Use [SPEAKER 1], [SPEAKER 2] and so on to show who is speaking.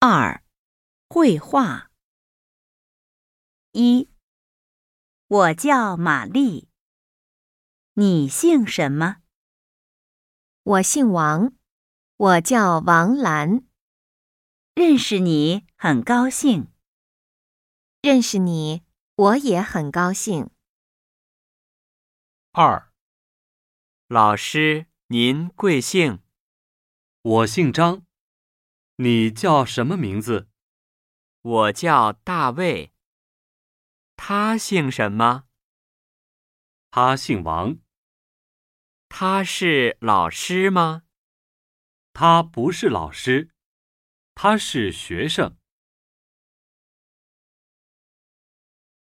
[SPEAKER 1] 二、绘画。一，我叫玛丽。你姓什么？
[SPEAKER 2] 我姓王，我叫王兰。
[SPEAKER 1] 认识你很高兴。
[SPEAKER 2] 认识你，我也很高兴。
[SPEAKER 3] 二，
[SPEAKER 4] 老师，您贵姓？
[SPEAKER 3] 我姓张，你叫什么名字？
[SPEAKER 4] 我叫大卫。他姓什么？
[SPEAKER 3] 他姓王，
[SPEAKER 4] 他是老师吗？
[SPEAKER 3] 他不是老师，他是学生。